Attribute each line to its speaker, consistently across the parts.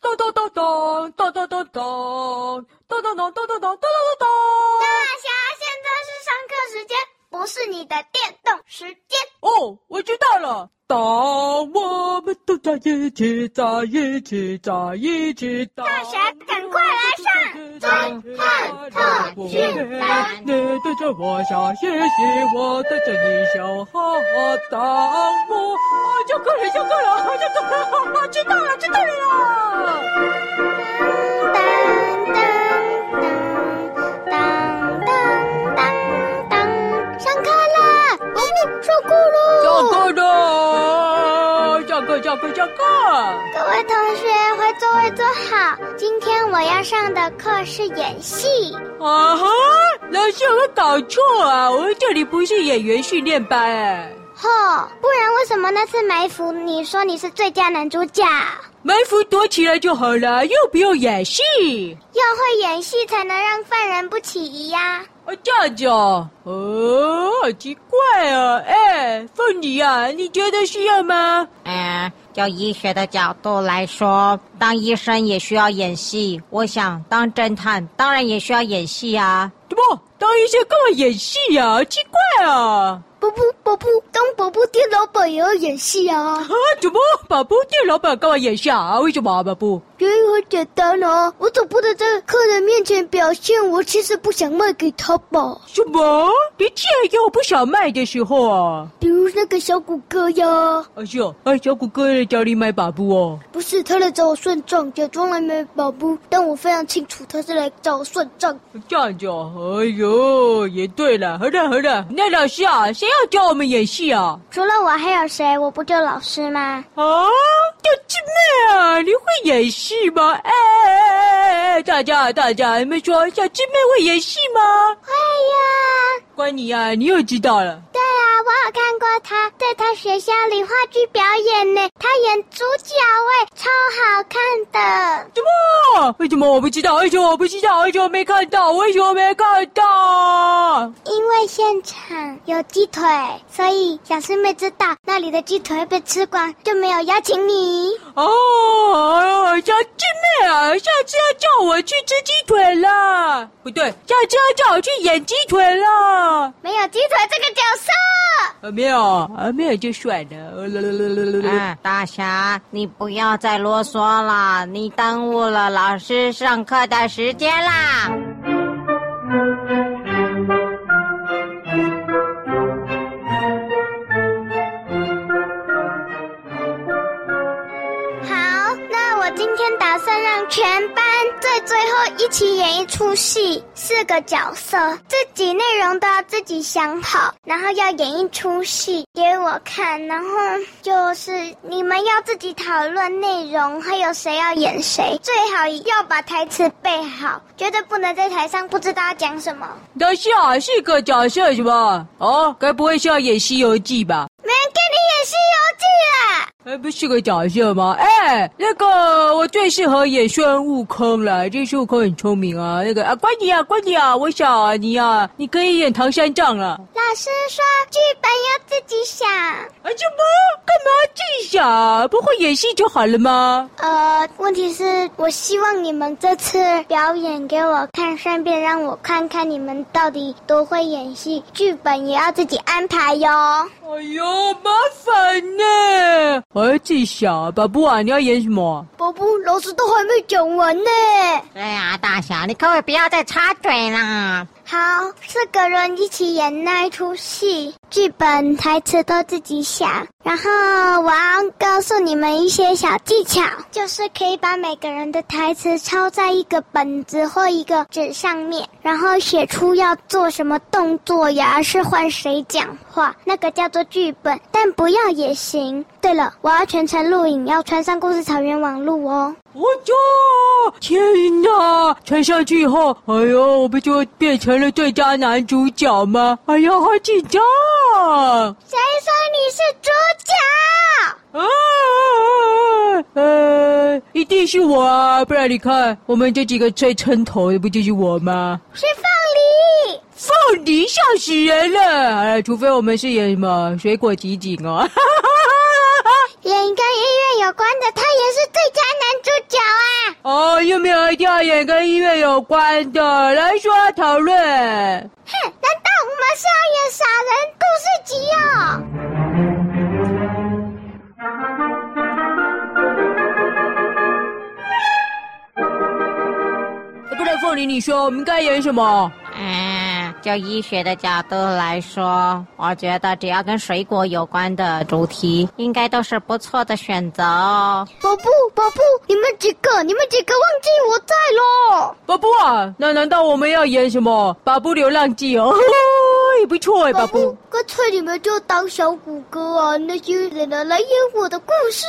Speaker 1: 咚咚咚咚咚咚咚咚咚咚咚咚咚咚咚咚。
Speaker 2: 大侠，现在是上课时间，不是你的电动时间。
Speaker 1: 哦，我知道了。当我们都在一起，在一起，在一起。大
Speaker 2: 侠赶快来上
Speaker 1: 侦
Speaker 2: 探特训班
Speaker 1: 你对着我笑嘻嘻，我对着你笑哈哈。当我啊，就够了，就够了，啊就够了，我知道了，知道了啦。
Speaker 2: 当当当当当当当，上课啦！哦，上课
Speaker 1: 下
Speaker 2: 喽！
Speaker 1: 课了，下课，下课，下课。
Speaker 2: 各位同学，回座位坐好。今天我要上的课是演戏。
Speaker 1: 啊哈！老师，我搞错啊，我们这里不是演员训练班哎。
Speaker 2: 吼，不然为什么那次埋伏你说你是最佳男主角？
Speaker 1: 埋伏躲起来就好了，又不用演戏。
Speaker 2: 要会演戏才能让犯人不起疑呀、
Speaker 1: 啊，这样子哦，哦，好奇怪哦，哎，凤梨啊，你觉得需要吗？
Speaker 3: 嗯，就医学的角度来说，当医生也需要演戏。我想当侦探，当然也需要演戏啊。
Speaker 1: 怎么，当医生干嘛演戏啊？好奇怪啊！
Speaker 2: 伯布伯布，当伯布店老板也要演戏啊
Speaker 1: 啊，，怎么，宝布店老板干嘛演戏啊？为什么啊，宝布？
Speaker 2: 原因很简单哦，我总不能在客人面前表现我其实不想卖给他吧。
Speaker 1: 什么？你竟然有不想卖的时候啊？
Speaker 2: 比如那个小谷歌呀，
Speaker 1: 哎呦，哎，小谷哥来找你买把布哦。
Speaker 2: 不是他来找我算账，假装来买宝布，但我非常清楚他是来找我算账。
Speaker 1: 这样子哦，哎呦，也对了，好了好了，那老师啊，谁要教我们演戏啊？
Speaker 2: 除了我还有谁？我不就老师吗？
Speaker 1: 啊，小师妹啊，你会演戏吗？哎哎哎哎哎，大家大家，你们说小师妹会演戏吗？
Speaker 2: 会呀，
Speaker 1: 关你啊，你又知道了。
Speaker 2: 对啊，我有看过他在他学校里话剧表演呢，他演主角喂，超好看的。
Speaker 1: 怎么？为什么我不知道？为什么我不知道？为什么没看到？为什么没看到？
Speaker 2: 因为现场有鸡腿，所以小师妹知道那里的鸡腿会被吃光，就没有邀请你。
Speaker 1: 哦，小师妹啊，下次要叫我去吃鸡腿啦！不对，下次要叫我去演鸡腿啦！
Speaker 2: 没有鸡腿这个角色。
Speaker 1: 啊，没有，啊，没有就算了。呃啦啦啦啦啦啦
Speaker 3: 嗯，大侠，你不要再啰嗦了，你耽误了老师上课的时间啦。
Speaker 2: 好，那我今天打算让全班在最后一起演一出戏，四个角色，自己内容都要自己想好，然后要演一出戏给我看，然后就是你们要自己讨论内容，还有谁要演谁，最好要把台词背好，绝对不能在台上不知道要讲什么。
Speaker 1: 等下是个角色是吧？哦，该不会是要演《西游记》吧？
Speaker 2: 没人跟你演《西游记》啦。
Speaker 1: 哎，不是个角色吗？哎，那个我最适合演孙悟空了，这孙悟空很聪明啊。那个啊，关你啊，关你啊，我想啊，你啊，你可以演唐三藏了。
Speaker 2: 老师说剧本要自己想，
Speaker 1: 啊，怎么干嘛这想？不会演戏就好了吗？
Speaker 2: 呃，问题是我希望你们这次表演给我看，顺便让我看看你们到底多会演戏，剧本也要自己安排哟。
Speaker 1: 哎呦，麻烦呢！我要自己想。巴布啊，你要演什么？
Speaker 2: 伯伯，老师都还没讲完呢。
Speaker 3: 对啊，大侠，你可不可以不要再插嘴啦？
Speaker 2: 好，四个人一起演那一出戏，剧本、台词都自己想。然后我要告诉你们一些小技巧，就是可以把每个人的台词抄在一个本子或一个纸上面，然后写出要做什么动作呀，是换谁讲话，那个叫做剧本，但不要也行。对了，我要全程录影，要穿上故事草原网路哦。
Speaker 1: 我操！天哪！穿上去以后，哎呦，我不就变成了最佳男主角吗？哎呀，好紧张啊！
Speaker 2: 谁说你是主角？
Speaker 1: 啊，呃，一定是我啊！不然你看，我们这几个最称头的不就是我吗？
Speaker 2: 是凤梨。
Speaker 1: 凤梨笑死人了！哎，除非我们是演什么水果集锦 哦。
Speaker 2: 演跟医院有关的，他也是最佳男主角啊！
Speaker 1: 没哦有一定要演跟音乐有关的？来说讨论。哎
Speaker 2: 哼，难道我们是要演傻人故事集哦？
Speaker 1: 不然凤梨，你说我们该演什么？
Speaker 3: 嗯，就医学的角度来说，我觉得只要跟水果有关的主题，应该都是不错的选择哦。
Speaker 2: 宝布，宝布，你们几个，你们几个忘记我在喽？
Speaker 1: 巴布啊，那难道我们要演什么《巴布流浪记》哦？ 也不错哎，巴布。，
Speaker 2: 干脆你们就当小谷歌啊，那些人来演我的故事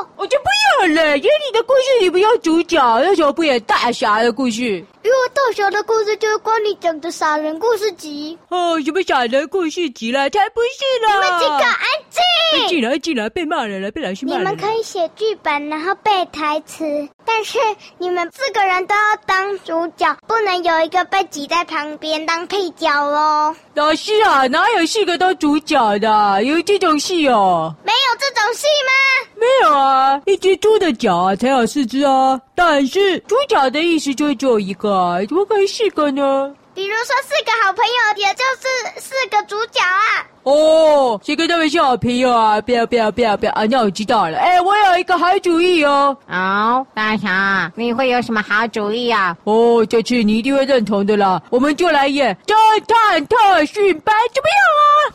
Speaker 2: 哦。
Speaker 1: 我就不要了，演你的故事，你不要主角，为什么不演大侠的故事？
Speaker 2: 因为大侠的故事就是关你讲的傻人故事集。
Speaker 1: 哦，什么傻人故事集了？才不是呢！
Speaker 2: 你们几个安
Speaker 1: 哎
Speaker 2: 静！
Speaker 1: 进来进来，被骂人了，被老师
Speaker 2: 你
Speaker 1: 骂人了。
Speaker 2: 们可以写剧本，然后背台词，但是你们四个人都要当主角，不能有一个被挤在旁边当配角哦。
Speaker 1: 老师啊，哪有四个当主角的？有这种戏哦？
Speaker 2: 没有这种戏吗？
Speaker 1: 没有啊，一只猪的脚啊才有四只啊，但是主角的意思就只有一个啊，怎么可以四个呢？
Speaker 2: 比如说四个好朋友，也就是四个主角啊。
Speaker 1: 哦，谁跟他们是好朋友啊？不要不要不要不要啊！那我知道了，哎，我有一个好主意哦。
Speaker 3: 哦，大侠，你会有什么好主意啊？
Speaker 1: 哦，这次你一定会认同的啦，我们就来演侦探特训班，怎么样啊？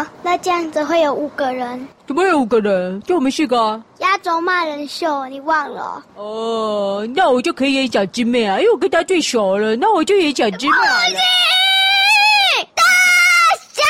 Speaker 2: 呃，那这样子会有五个人。
Speaker 1: 怎么有五个人？就我们四个啊、
Speaker 2: 压轴骂人秀，你忘了？
Speaker 1: 哦，那我就可以演小师妹啊，因为我跟她最熟了，那我就演小师妹好了。
Speaker 2: 大侠，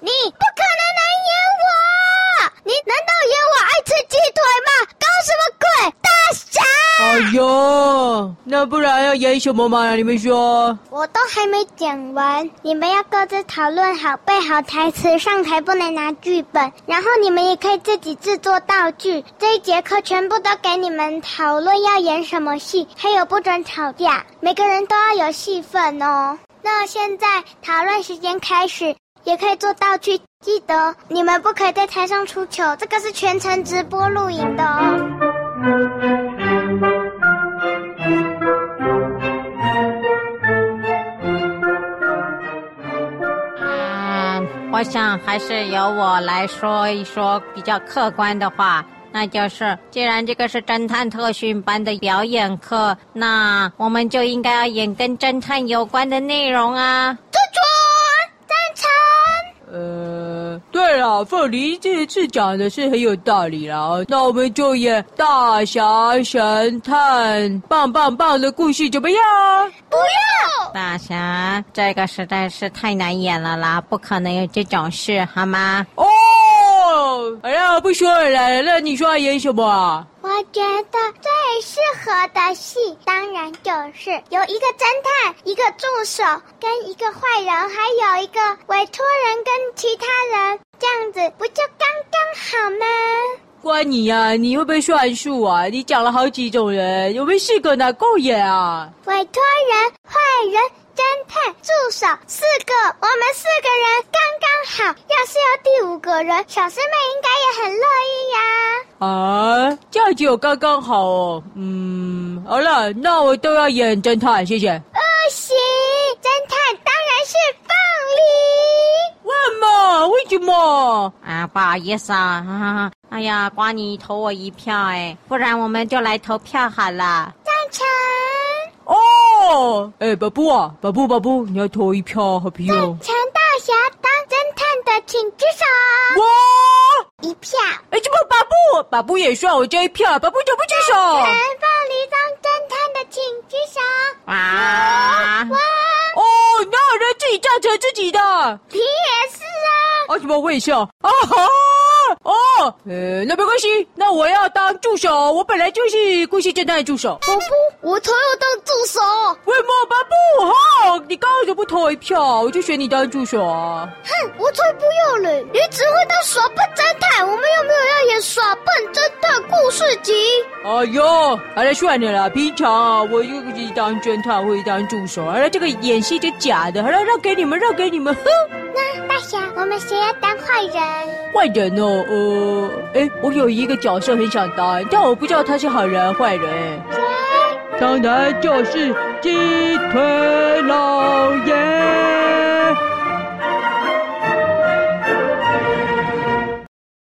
Speaker 2: 你不可能能演我！你难道演我爱吃鸡腿吗？搞什么鬼？大侠，
Speaker 1: 哎呦，那不然要演什么嘛？你们说？
Speaker 2: 我都还没讲完，你们要各自讨论好，背好台词，上台不能拿剧本，然后你们也可以自己制作道具。这一节课全部都给你们讨论要演什么戏，还有不准吵架，每个人都要有戏份哦。那现在讨论时间开始，也可以做道具。记得你们不可以在台上出糗，这个是全程直播录影的哦。
Speaker 3: 嗯，我想还是由我来说一说比较客观的话，那就是，既然这个是侦探特训班的表演课，那我们就应该要演跟侦探有关的内容啊。
Speaker 2: 朱主赞成。
Speaker 1: 呃，对了，凤梨这次讲的是很有道理啦。哦那我们就演大侠神探棒棒棒的故事怎么样啊？
Speaker 2: 不要。
Speaker 3: 大侠，这个实在是太难演了啦，不可能有这种事，好吗？
Speaker 1: 哦，哎呀，不说了啦，那你说要演什么啊？
Speaker 2: 我觉得最适合的戏，当然就是由一个侦探、一个助手跟一个坏人，还有一个委托人跟其他人，这样子不就刚刚好吗？
Speaker 1: 关你呀、你会不会算数啊？你讲了好几种人，有没有四个哪够演啊？
Speaker 2: 委托人、坏人、侦探、助手四个，我们四个人刚刚好。要是有第五个人，小师妹应该也很乐意呀、
Speaker 1: 啊，这样子有刚刚好哦。嗯，好了，那我都要演侦探，谢谢。
Speaker 2: 不行，侦探当然是凤梨。
Speaker 1: 为嘛？为什么？
Speaker 3: 啊，不好意思啊，哈哈哈哎呀，瓜你投我一票哎，不然我们就来投票好了。
Speaker 2: 赞成，
Speaker 1: 哦，哎，宝布啊，宝布，宝布，你要投一票，好朋友。
Speaker 2: 陈大侠当侦探的，请举手。
Speaker 1: 哇，
Speaker 2: 一票。
Speaker 1: 哎，这不宝布，宝布也算我这一票，宝布怎么举手？
Speaker 2: 陈凤梨当侦探的，请举手。
Speaker 3: 哇！
Speaker 2: 哇，
Speaker 1: 哦，哪有人自己赞成自己的？
Speaker 2: 你也是啊。
Speaker 1: 啊，什么我也是哦。啊哈，哦，呃，那没关系，那我要当助手，我本来就是故事侦探的助手。
Speaker 2: 我不，我投入当助手。
Speaker 1: 为嘛吧不好？你刚刚怎么不投我一票？我就选你当助手啊！
Speaker 2: 哼，我才不要嘞！你只会当耍笨侦探，我们又没有要演耍笨侦探故事集。
Speaker 1: 哎呦，好了算了啦，平常啊，我又不是当侦探或者当助手，好了这个演戏就假的，好了让给你们，让给你们，哼，
Speaker 2: 那大侠，我们谁要当坏人？
Speaker 1: 坏人哦，呃，哎，我有一个角色很想当，但我不知道他是好人还是坏人。
Speaker 2: 谁？
Speaker 1: 当然就是鸡腿啦。